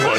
我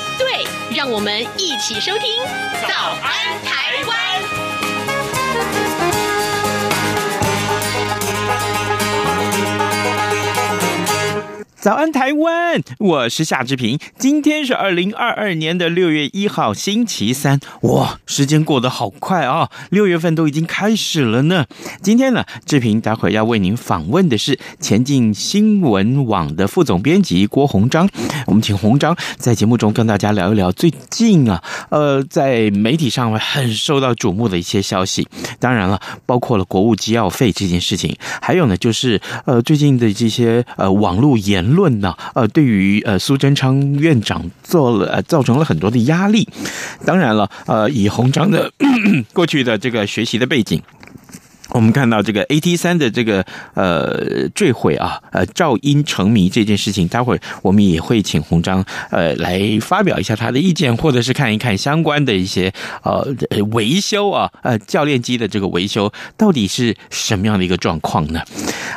对，让我们一起收听《早安台湾》。早安，台湾！我是夏志平。今天是二零二二年的六月一号，星期三。哇，时间过得好快啊、六月份都已经开始了呢。今天呢，志平待会要为您访问的是前进新闻网的副总编辑郭鸿章。我们请鸿章在节目中跟大家聊一聊最近啊，呃，在媒体上很受到瞩目的一些消息。当然了，包括了国务机要费这件事情，还有呢，就是呃最近的这些呃网络言论呢、呃对于呃苏贞昌院长做了、呃、造成了很多的压力。当然了，呃以洪章的 过去的这个学习的背景。我们看到这个 AT 三的这个呃坠毁啊，呃噪音成谜这件事情，待会儿我们也会请洪章呃来发表一下他的意见，或者是看一看相关的一些呃呃维修啊，呃教练机的这个维修到底是什么样的一个状况呢？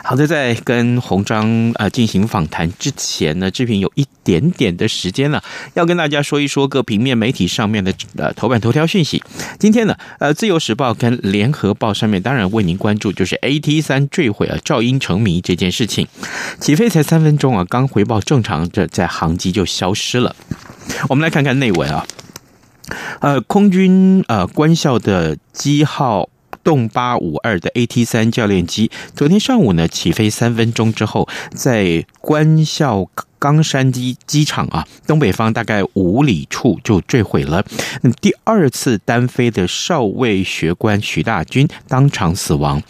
好的，在跟洪章呃进行访谈之前呢，志平有一点点的时间了，要跟大家说一说各平面媒体上面的呃头版头条讯息。今天呢，呃，《自由时报》跟《联合报》上面当然为您关注就是 AT 三坠毁啊，噪音成谜这件事情。起飞才三分钟啊，刚回报正常，这在航机就消失了。我们来看看内文啊，呃，空军呃官校的机号。动八五二的 AT 三教练机，昨天上午呢起飞三分钟之后，在官校冈山机机场啊东北方大概五里处就坠毁了。那么嗯第二次单飞的少尉学官许大军当场死亡。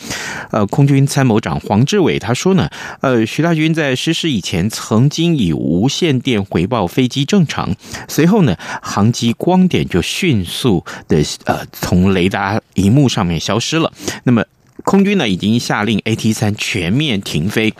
呃，空军参谋长黄志伟他说呢，呃，徐大军在失事以前曾经以无线电回报飞机正常，随后呢，航机光点就迅速的呃从雷达荧幕上面消失了。那么，空军呢已经下令 AT 三全面停飞。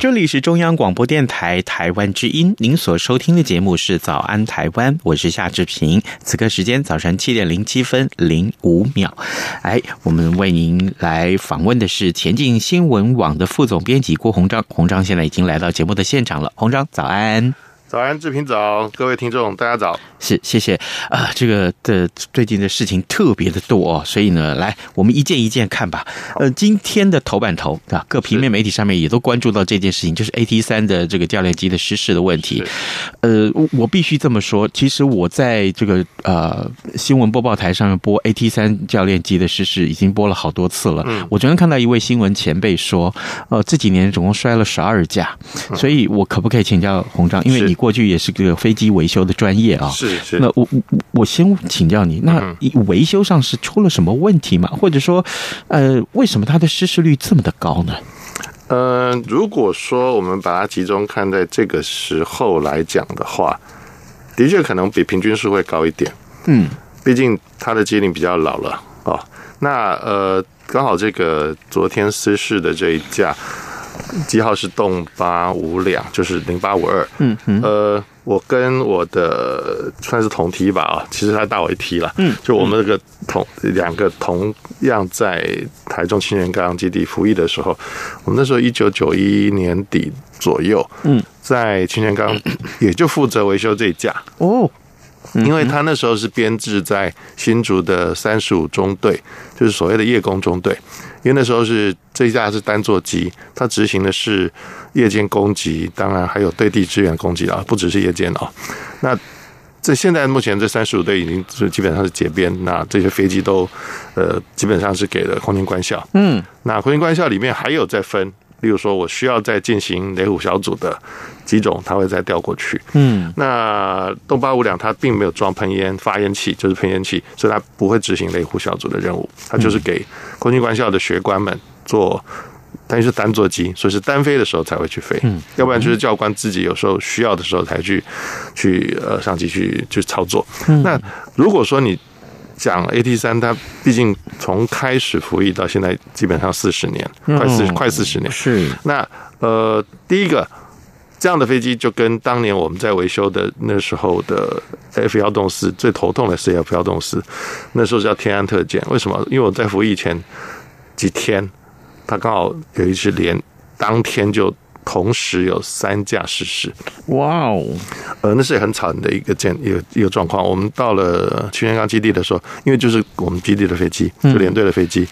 这里是中央广播电台台湾之音，您所收听的节目是《早安台湾》，我是夏志平。此刻时间早晨七点零七分零五秒。哎，我们为您来访问的是前进新闻网的副总编辑郭鸿章，鸿章现在已经来到节目的现场了。鸿章，早安。早安，志平早，各位听众大家早。是，谢谢啊、这个的最近的事情特别的多哦，所以呢，来我们一件一件看吧。呃，今天的头版头啊，各平面媒体上面也都关注到这件事情，就是 AT 三的这个教练机的失事的问题是。呃，我我必须这么说，其实我在这个呃新闻播报台上面播 AT 三教练机的失事已经播了好多次了。嗯我昨天看到一位新闻前辈说，呃，这几年总共摔了十二架，所以我可不可以请教洪章？因为是你过去也是个飞机维修的专业啊、是是那我我我我先请教你，那维修上是出了什么问题吗？或者说，呃，为什么它的失事率这么的高呢？呃，如果说我们把它集中看在这个时候来讲的话，的确可能比平均数会高一点。嗯，毕竟它的机龄比较老了哦。那呃，刚好这个昨天失事的这一架机号是动八五两，就是零八五二。嗯嗯。呃，我跟我的算是同梯吧啊，其实他大我一梯了。嗯。就我们这个同两个同样在台中青年钢基地服役的时候，我们那时候一九九一年底左右。嗯。在青年钢也就负责维修这一架。哦，因为他那时候是编制在新竹的三十五中队，就是所谓的夜工中队。因为那时候是这一架是单座机，它执行的是夜间攻击，当然还有对地支援攻击啊，不只是夜间哦。那这现在目前这三十五队已经是基本上是解编，那这些飞机都呃基本上是给了空军官校。嗯，那空军官校里面还有再分，例如说我需要再进行雷虎小组的机种，它会再调过去。嗯，那动八五两它并没有装喷烟发烟器，就是喷烟器，所以它不会执行雷虎小组的任务，它就是给空军官校的学官们做但是单座机，所以是单飞的时候才会去飞，要不然就是教官自己有时候需要的时候才去去呃上机去去操作。那如果说你讲 AT 三，它毕竟从开始服役到现在基本上四十年，快四快四十年。是那呃，第一个。这样的飞机就跟当年我们在维修的那时候的 F 幺洞四最头痛的是 F 幺洞四，那时候叫天安特舰。为什么？因为我在服役前几天，它刚好有一支连当天就同时有三架失事，哇哦，呃，那是很惨的一个件一个一个状况。我们嗯到了呃青年岗基地的时候，因为就是我们基地的飞机，就连队的飞机，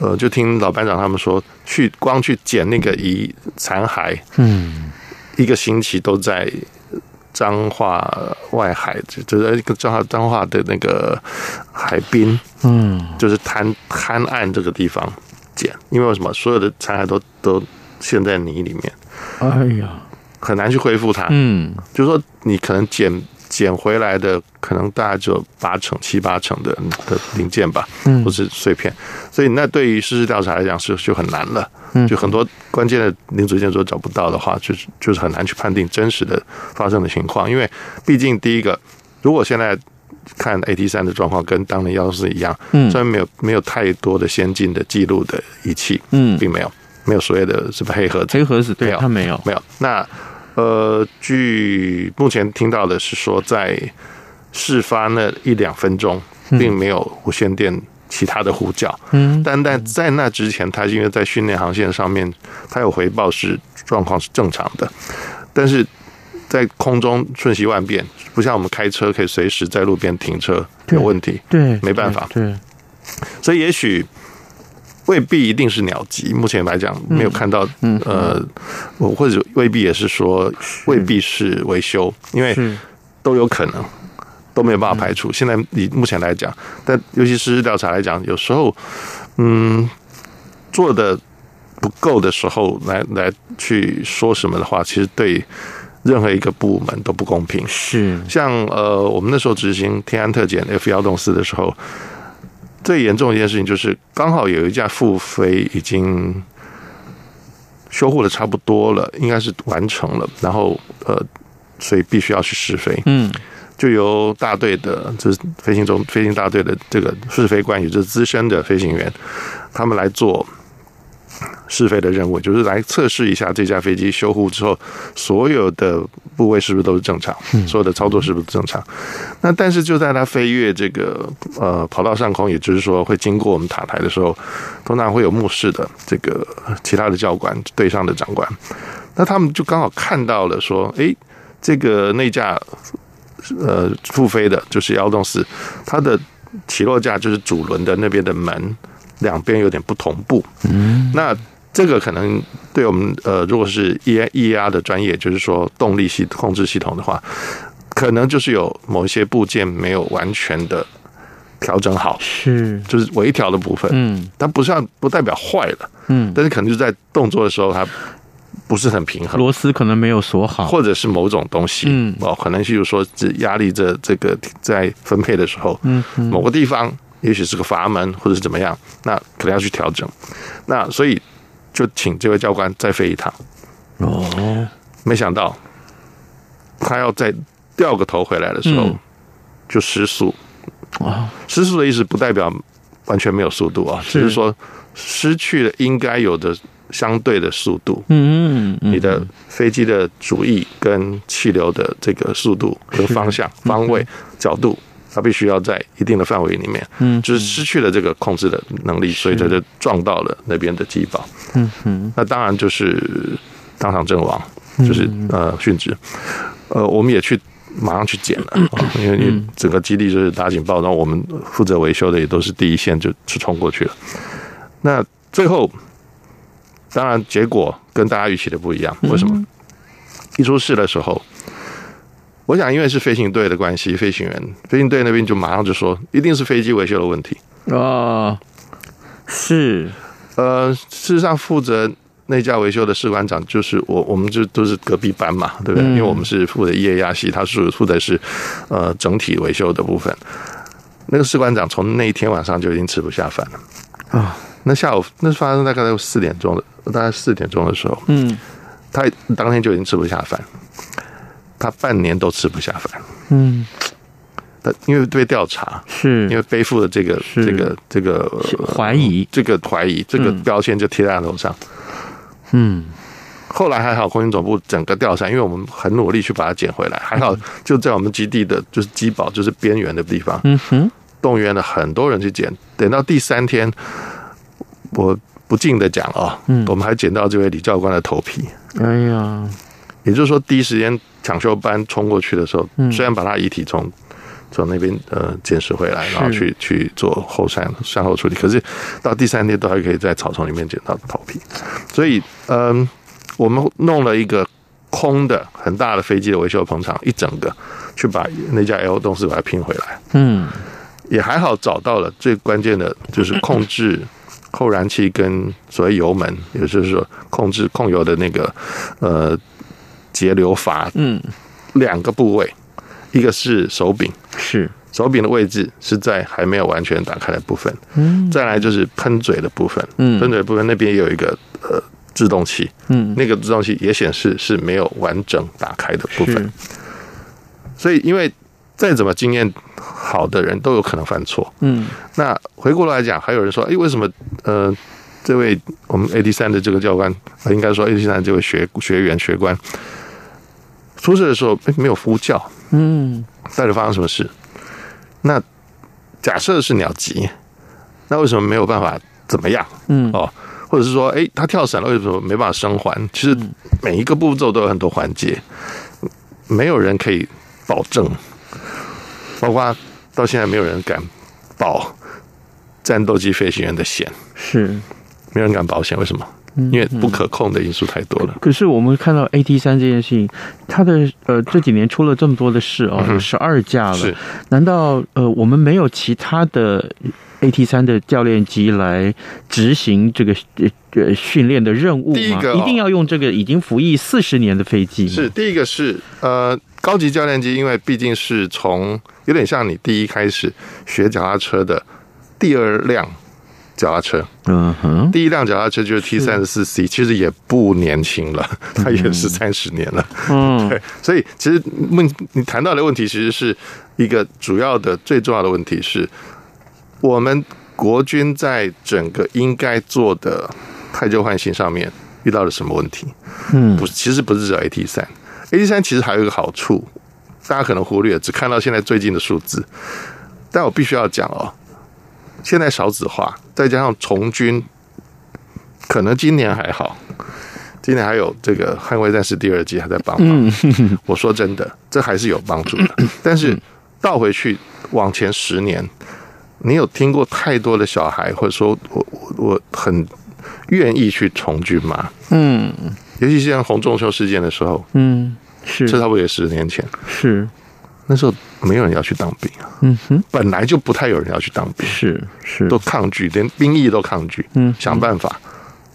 呃，就听老班长他们说，去光去捡那个遗残骸，嗯，一个星期都在彰化外海，就就是一个彰化彰化的那个海滨，嗯，就是滩滩岸这个地方捡，因为为什么所有的残骸都都陷在泥里面，哎呀，很难去恢复它。嗯，就是说你可能捡捡回来的，可能大概只有八成、七八成的的零件吧，嗯或是碎片，所以那对于失事调查来讲是就很难了，嗯就很多关键的零组件如果找不到的话，就是就是很难去判定真实的发生的情况，因为毕竟第一个，如果现在。看 AT 三的状况跟当年幺四一样，嗯虽然没有没有太多的先进的记录的仪器，嗯并没有没有所谓的什么黑盒子，黑盒子对没有他没有，没有。那呃，据目前听到的是说，在事发那一两分钟，并没有无线电其他的呼叫。嗯但但在那之前，他因为在训练航线上面，他有回报是状况是正常的，但是在空中瞬息万变，不像我们开车可以随时在路边停车对有问题。对，没办法对，所以也许未必一定是鸟击，目前来讲嗯没有看到，呃，我或者未必也是说未必是维修，因为对是，都有可能，都没有办法排除。现在以目前来讲，但尤其是调查来讲，有时候，嗯，做的不够的时候来来去说什么的话，其实对任何一个部门都不公平。是，像呃，我们那时候执行天安特检 F 幺洞四的时候，最严重的一件事情就是，刚好有一架复飞已经修护的差不多了，应该是完成了，然后呃，所以必须要去试飞。嗯就由大队的，就是飞行中飞行大队的这个试飞官，也就是资深的飞行员，他们来做试飞的任务，就是来测试一下这架飞机修护之后所有的部位是不是都是正常，所有的操作是不是正常。那但是就在它飞越这个呃跑道上空，也就是说会经过我们塔台的时候，通常会有目视的这个其他的教官队上的长官，那他们就刚好看到了说，诶，这个那架呃复飞的，就是幺洞四，它的起落架就是主轮的那边的门两边有点不同步。嗯，那这个可能对我们呃，如果是 E E R 的专业，就是说动力系控制系统的话，可能就是有某一些部件没有完全的调整好，是，就是微调的部分。嗯它不像不代表坏了，嗯，但是可能就在动作的时候它不是很平衡。螺丝可能没有锁好，或者是某种东西，嗯哦，可能就是说这压力这这个在分配的时候，嗯嗯某个地方也许是个阀门或者是怎么样，那可能要去调整。那所以就请这位教官再飞一趟，哦，没想到他要再掉个头回来的时候、嗯就失速，啊，失速的意思不代表完全没有速度啊，只是说失去了应该有的相对的速度。嗯嗯嗯，你的飞机的主翼跟气流的这个 速度和方向、嗯方位、角度，它必须要在一定的范围里面，嗯就是失去了这个控制的能力，所以它就撞到了那边的机堡。嗯嗯那当然就是当场阵亡，就是嗯呃殉职。呃，我们也去马上去捡了，嗯啊因为因为整个基地就是打警报，然后我们负责维修的也都是第一线就就冲过去了。那最后，当然结果跟大家预期的不一样，为什么？一出事的时候。我想，因为是飞行队的关系，飞行员、飞行队那边就马上就说，一定是飞机维修的问题。哦，是，呃，事实上负责那架维修的士官长就是我，我们就都是隔壁班嘛，对不对？嗯因为我们是负责液压系，他是负责是呃整体维修的部分。那个士官长从那一天晚上就已经吃不下饭了啊。那下午那是发生大概四点钟的，大概四点钟的时候，嗯他当天就已经吃不下饭，他半年都吃不下饭。嗯他因为被调查，是，因为背负了这个是这个这个呃怀疑，这个怀疑，这个标签就贴在他头上。嗯后来还好，空军总部整个调查，因为我们很努力去把它捡回来，还好嗯就在我们基地的，就是基堡，就是边缘的地方，嗯哼，动员了很多人去捡。等到第三天，我不禁的讲啊、嗯我们还捡到这位李教官的头皮，哎呀，也就是说，第一时间抢修班冲过去的时候，虽然把他遗体从从那边呃捡拾回来，然后去去做后善善后处理。可是到第三天都还可以在草丛里面捡到头皮，所以嗯、我们弄了一个空的很大的飞机的维修棚厂，一整个去把那架 L 动司把它拼回来。嗯，也还好找到了最关键的，就是控制 扣燃器跟所谓油门，也就是说控制控油的那个呃节流阀，嗯，两个部位，一个是手柄，是，手柄的位置是在还没有完全打开的部分，嗯，再来就是喷嘴的部分，嗯喷嘴的部分那边也有一个呃制动器，嗯，那个制动器也显示是没有完整打开的部是分，所以因为再怎么经验好的人都有可能犯错，嗯，那回过来讲，还有人说，哎，为什么呃？这位我们 AD 三的这个教官，呃应该说 AD 三这位学学员学官，出事的时候哎没有呼叫，嗯，到底发生什么事？那假设是鸟急，那为什么没有办法怎么样？嗯哦，或者是说，哎，它跳伞了，为什么没办法生还？其实嗯每一个步骤都有很多环节，没有人可以保证，包括到现在没有人敢保战斗机飞行员的险，是。没有人敢保险，为什么？因为不可控的因素太多了。可是我们看到 AT 三这件事情，它的呃这几年出了这么多的事哦，有十二架了嗯是，难道呃我们没有其他的 AT 三的教练机来执行这个呃呃训练的任务吗？第一个哦一定要用这个已经服役四十年的飞机吗是第一个是呃，高级教练机，因为毕竟是从有点像你第一开始学脚踏车的第二辆脚踏车，嗯哼，第一辆脚踏车就是 T 三十四 C，其实也不年轻了，它也是三十年了。嗯 对，所以其实问你谈到的问题，其实是一个主要的、最重要的问题是，我们国军在整个应该做的太旧换新上面遇到了什么问题？嗯不，其实不是只有 AT 三，AT 三其实还有一个好处，大家可能忽略，只看到现在最近的数字，但我必须要讲哦，现在少子化，再加上从军，可能今年还好，今年还有这个《捍卫战士》第二季还在帮忙。嗯我说真的，这还是有帮助 的。但是倒回去往前十年，你有听过太多的小孩，或者说我我我很愿意去从军吗？嗯尤其是像洪仲秋事件的时候，嗯，这是差不多也十年前，是那时候没有人要去当兵啊，嗯哼本来就不太有人要去当兵，是是都抗拒，连兵役都抗拒，嗯想办法。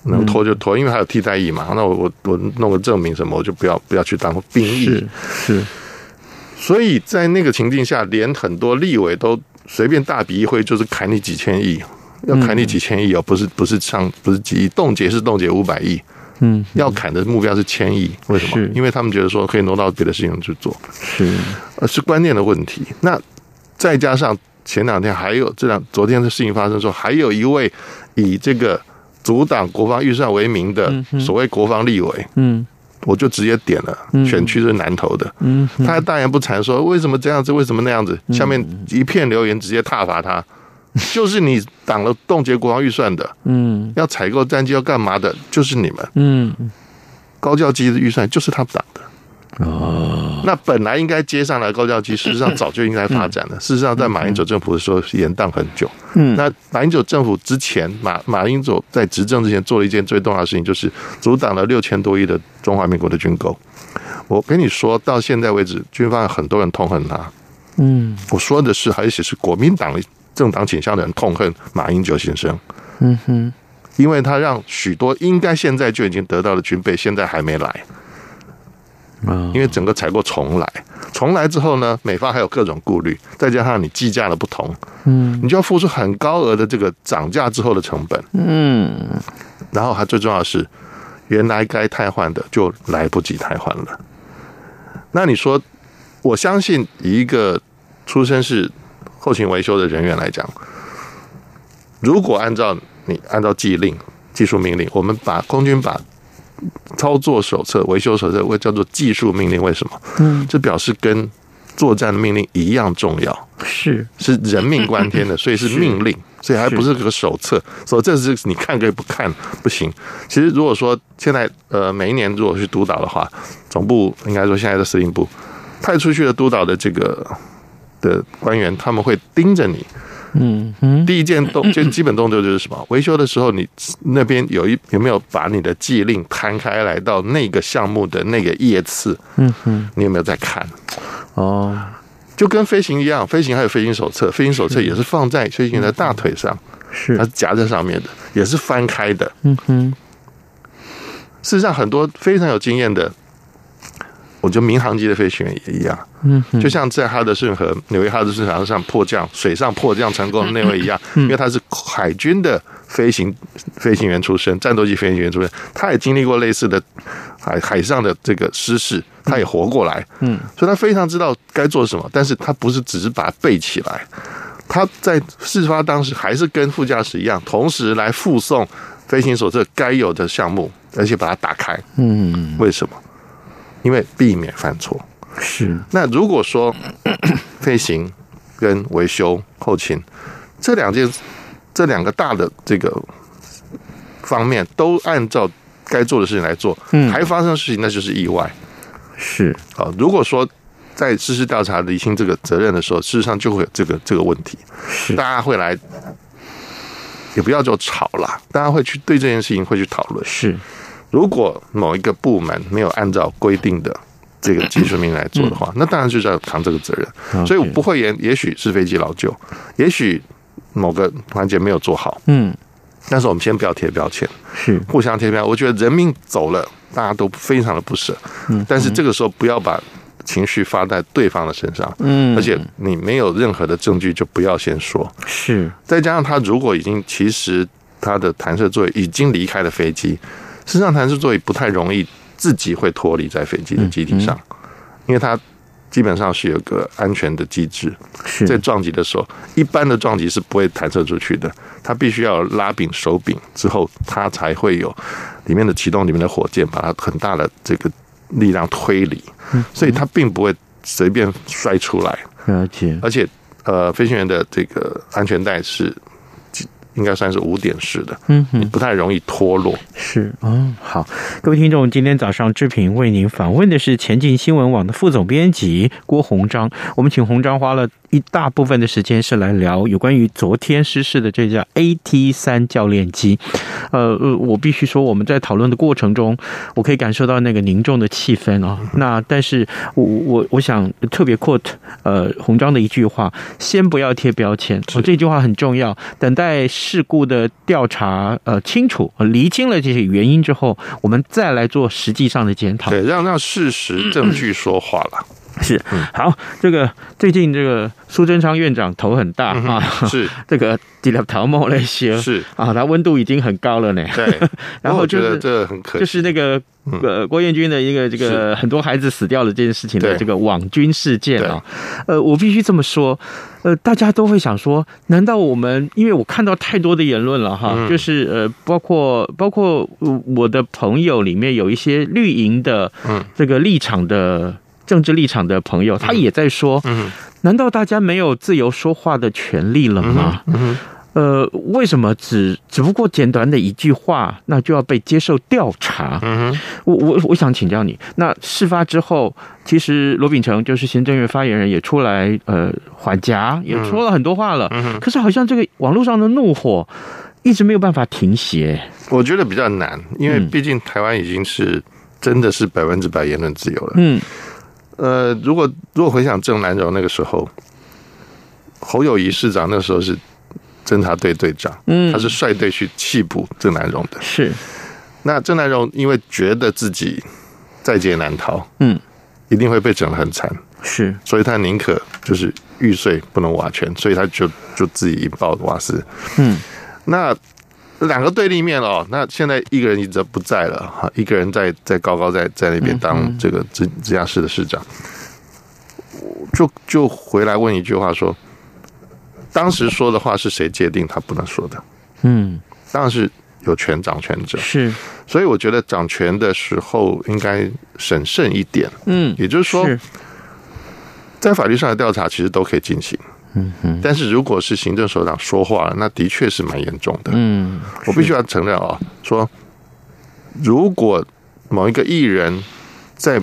能拖就拖，因为还有替代役嘛。那我我我弄个证明什么，我就不要不要去当兵役是。是所以在那个情境下，连很多立委都随便大笔一挥，就是砍你几千亿，要砍嗯你几千亿哦，不是不是上不是几亿，冻结是冻结五百亿，嗯要砍的目标是千亿。为什么是？因为他们觉得说可以挪到别的事情去做。是呃，是观念的问题。那再加上前两天还有这两昨天的事情发生的时候，还有一位以这个阻挡国防预算为名的所谓国防立委，嗯我就直接点了，选区是南投的，嗯哼嗯他大言不惭说为什么这样子，为什么那样子，下面一片留言直接挞伐他。就是你挡了冻结国防预算的，嗯要采购战机要干嘛的，就是你们嗯高教机的预算就是他们挡的。哦，那本来应该接上来的高教机，事实上早就应该发展了。事实上，在马英九政府的时候延宕很久。嗯那马英九政府之前，马马英九在执政之前做了一件最重要的事情，就是阻挡了六千多亿的中华民国的军购。我跟你说到现在为止，军方有很多人痛恨他。嗯我说的是，而且是国民党政党倾向的人痛恨马英九先生，嗯哼因为他让许多应该现在就已经得到的军备，现在还没来。啊因为整个采购重来，重来之后呢，美方还有各种顾虑，再加上你计价的不同，嗯你就要付出很高额的这个涨价之后的成本。嗯然后还最重要的是，原来该汰换的就来不及汰换了。那你说，我相信以一个出身是后勤维修的人员来讲，如果按照你按照技令、技术命令，我们把空军把操作手册、维修手册会叫做技术命令，为什么？嗯这表示跟作战命令一样重要。是是人命关天 的，所以是命令，所以还不是个手册。手册是你看可以不看不行。其实如果说现在呃每一年如果去督导的话，总部应该说现在的司令部派出去的督导的这个的官员，他们会盯着你。嗯，第一件动就基本动作就是什 么？维修的时候，你那边有一有没有把你的技令摊开来到那个项目的那个页次？嗯哼，你有没有在看？哦，就跟飞行一样，飞行还有飞行手册，飞行手册也是放在飞行员的大腿上，是它是夹在上面的，也是翻开的。嗯哼，事实上，很多非常有经验的，我觉得民航机的飞行员也一样。嗯，就像在哈德逊河，纽约哈德逊河上迫降，水上迫降成功的那位一样，因为他是海军的飞行飞行员出身，战斗机飞行员出身，他也经历过类似的海海上的这个失事，他也活过来。嗯，所以他非常知道该做什么，但是他不是只是把它背起来。他在事发当时还是跟副驾驶一样，同时来附送飞行手册该有的项目，而且把它打开。嗯，为什么？因为避免犯错。是，那如果说 飞行跟维修后勤这两件这两个大的这个方面都按照该做的事情来做，嗯还发生事情那就是意外。是，啊，如果说在事实调查厘清这个责任的时候，事实上就会有这个这个问题，大家会来，也不要就吵啦，大家会去对这件事情会去讨论。是，如果某一个部门没有按照规定的这个技术命令来做的话，那当然就是要扛这个责任。所以我不会言，也许是飞机老旧，也许某个环节没有做好，嗯，但是我们先不要贴标签。是，互相贴标，我觉得人命走了，大家都非常的不舍。嗯，但是这个时候不要把情绪发在对方的身上。嗯而且你没有任何的证据，就不要先说。是，再加上他如果已经其实他的弹射座椅已经离开了飞机，事实上弹射座椅不太容易自己会脱离在飞机的机体上，因为它基本上是有个安全的机制。是，在撞击的时候，一般的撞击是不会弹射出去的，它必须要有拉柄手柄之后，它才会有里面的启动里面的火箭把它很大的这个力量推离，嗯所以它并不会随便摔出来，了解，而且呃，飞行员的这个安全带是应该算是五点式的，嗯哼。不太容易脱落。是哦，好，各位听众，今天早上志平为您访问的是前进新闻网的副总编辑郭鸿章。我们请鸿章花了一大部分的时间是来聊有关于昨天失事的这架 AT 三教练机。呃，呃我必须说，我们在讨论的过程中，我可以感受到那个凝重的气氛啊、那但是我我我想特别 quote 呃鸿章的一句话：先不要贴标签。哦，这句话很重要。等待事故的调查呃清楚、呃厘清了这些原因之后，我们再来做实际上的检讨。对，让让事实证据说话 了。是嗯好，这个最近这个苏贞昌院长头很大、啊，嗯是这个低了头毛那些是，啊，它温度已经很高了呢。对。然后我就觉是得这很可惜，嗯就是那个呃郭彦军的一个这个很多孩子死掉了这件事情的对这个网军事件啊，呃，我必须这么说，呃，大家都会想说，难道我们因为我看到太多的言论了哈，嗯就是呃，包括包括呃我的朋友里面有一些绿营的嗯这个立场的。政治立场的朋友，他也在说：嗯难道大家没有自由说话的权利了吗？嗯哼呃，为什么只只不过简短的一句话，那就要被接受调查？嗯哼，我我我想请教你，那事发之后，其实罗秉成就是行政院发言人也出来呃缓颊，也说了很多话了，可是好像这个网络上的怒火一直没有办法停歇。我觉得比较难，因嗯为毕竟台湾已经是真的是百分之百言论自由了。嗯，呃，如果如果回想郑南榕那个时候，侯友谊市长那时候是侦察队队长，嗯他是率队去弃捕郑南榕的。是那郑南榕因为觉得自己在劫难逃，嗯，一定会被整得很惨，是所以他宁可就是玉碎不能瓦全，所以他就就自己引爆瓦斯。嗯，那两个对立面哦，那现在一个人已经不在了哈，一个人在在高高在在那边当这个直直辖市的市长，就就回来问一句话说，当时说的话是谁界定他不能说的？嗯当然是有权掌权者，是所以我觉得掌权的时候应该审慎一点，嗯也就是说。是在法律上的调查其实都可以进行。嗯但是如果是行政首长说话了，那的确是蛮严重的。嗯我必须要承认啊、说如果某一个艺人在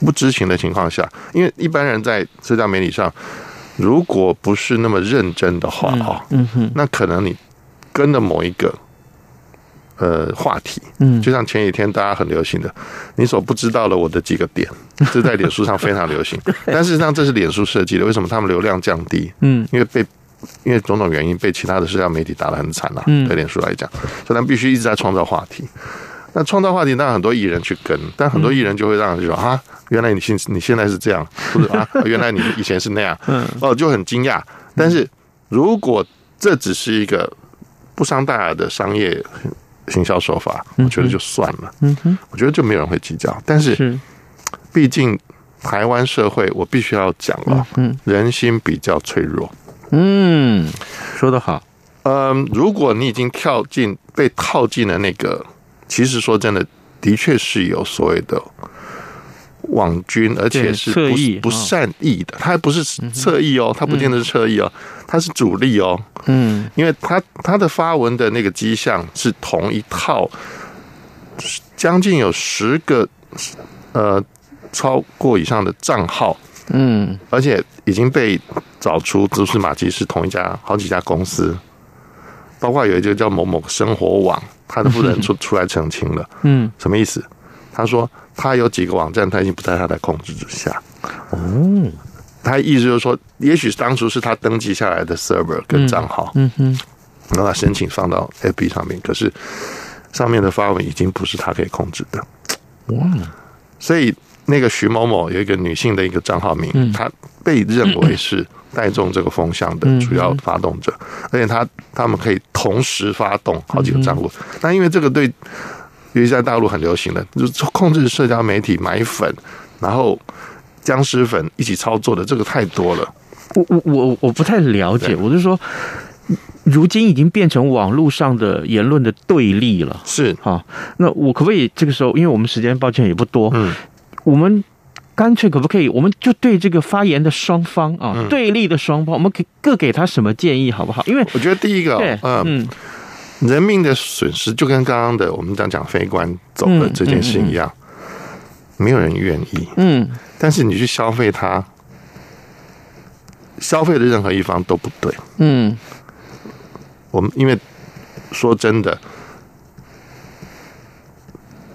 不知情的情况下，因为一般人在社交媒体上如果不是那么认真的话哦，嗯哼，那可能你跟了某一个呃话题，嗯，就像前几天大家很流行的，你所不知道的我的几个点，这在脸书上非常流 行，但事实上这是脸书设计的，为什么他们流量降低？嗯，因为被。因为种种原因被其他的社交媒体打得很惨了、对脸书来讲，所以他们必须一直在创造话题。那创造话题，当然很多艺人去跟，但很多艺人就会让人就说啊，原来你现你现在是这样，或者啊，原来你以前是那 样，哦，就很惊讶。但是如果这只是一个不伤大雅的商业行销手法，我觉得就算了，嗯哼，我觉得就没有人会计较。但是是，毕竟台湾社会，我必须要讲了，人心比较脆弱，嗯，说得好，嗯，如果你已经跳进被套进了那个，其实说真的，的确是有所谓的网军，而且是侧不翼嗯不哦善意的，他还不是侧翼哦，他不见得是侧翼哦，他是主力哦，嗯因为他他的发文的那个迹象是同一套，将近有十个呃超过以上的账号，嗯而且已经被找出蛛丝马迹是同一家好几家公司，包括有一个叫某某生活网，他的负责人出出来澄清了，嗯，什么意思？他说他有几个网站，他已经不在他的控制之下。哦，他意思就是说，也许当初是他登记下来的 server 跟账号，嗯哼，让他申请放到 FB 上面，可是上面的发文已经不是他可以控制的。所以那个徐某某有一个女性的一个账号名，她被认为是带动这个风向的主要发动者，而且她他们可以同时发动好几个账户。那因为这个对，尤其在大陆很流行的，就是控制社交媒体买粉，然后僵尸粉一起操作的，这个太多了。我我我我不太了解，对我是说，如今已经变成网络上的言论的对立了。是，好，那我可不可以这个时候，因为我们时间抱歉也不多，嗯，我们干脆可不可以，我们就对这个发言的双方啊，嗯对立的双方，我们给各给他什么建议好不好？因为我觉得第一个对哦，，嗯，嗯人命的损失就跟刚刚的我们讲讲非官走的这件事情一样，没有人愿意。嗯但是你去消费它，消费的任何一方都不对。嗯我们因为说真的，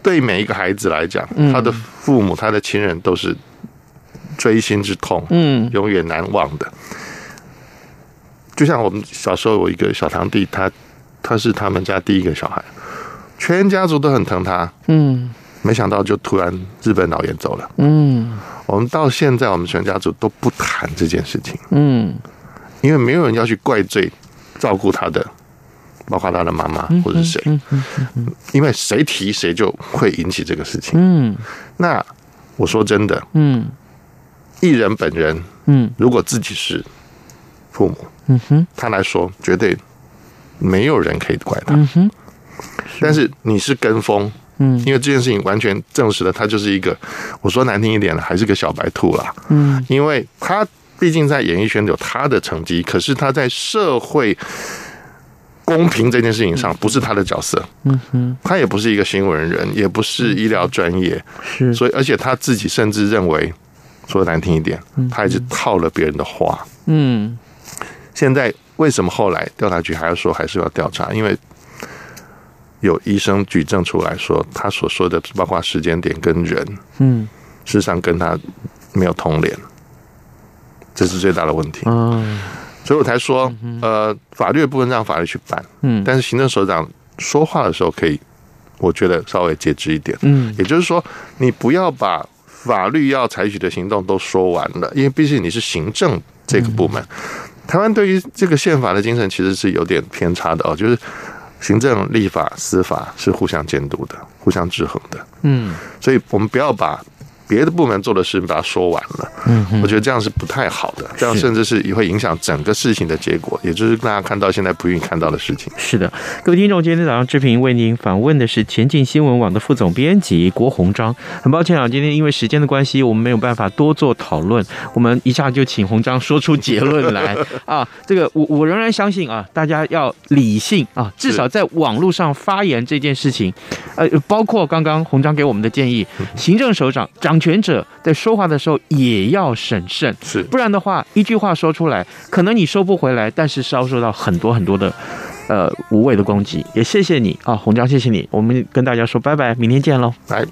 对每一个孩子来讲，嗯他的父母、他的亲人都是锥心之痛，嗯永远难忘的。就像我们小时候有一个小堂弟，他他是他们家第一个小孩，全家族都很疼他，嗯没想到就突然日本脑炎走了。嗯我们到现在，我们全家族都不谈这件事情，嗯因为没有人要去怪罪照顾他的，包括他的妈妈嗯或者是谁，因为谁提谁就会引起这个事情。嗯那我说真的，嗯艺人本人嗯如果自己是父母，嗯哼他来说绝对没有人可以怪他。嗯哼但是你是跟风，嗯，因为这件事情完全证实了他就是一个，我说难听一点了，还是个小白兔啦，嗯，因为他毕竟在演艺圈有他的成绩，可是他在社会。公平这件事情上，不是他的角色，嗯哼，他也不是一个新闻人，也不是医疗专业，是所以而且他自己甚至认为，说难听一点，他一直套了别人的话，嗯现在为什么后来调查局还要说还是要调查？因为有医生举证出来说，他所说的包括时间点跟人，嗯事实上跟他没有通联，这是最大的问题。啊所以我才说，呃，法律的部分让法律去办，嗯但是行政首长说话的时候可以，我觉得稍微节制一点。嗯也就是说，你不要把法律要采取的行动都说完了，因为毕竟你是行政这个嗯部门。台湾对于这个宪法的精神其实是有点偏差的哦，就是行政、立法、司法是互相监督的、互相制衡的，嗯所以我们不要把。别的部门做的事情把它说完了，嗯，我觉得这样是不太好的，这样甚至是也会影响整个事情的结果，也就是大家看到现在不愿意看到的事情。是的，各位听众，今天早上志平为您访问的是前进新闻网的副总编辑郭鸿章。很抱歉啊，今天因为时间的关系，我们没有办法多做讨论，我们一下就请鸿章说出结论来啊。这个我我仍然相信啊，大家要理性啊，至少在网络上发言这件事情，呃，包括刚刚鸿章给我们的建议，行政首长长掌权者在说话的时候也要审慎，是不然的话，一句话说出来，可能你收不回来，但是遭受到很多很多的，呃，无谓的攻击。也谢谢你啊，洪江，谢谢你，我们跟大家说拜拜，明天见喽。来，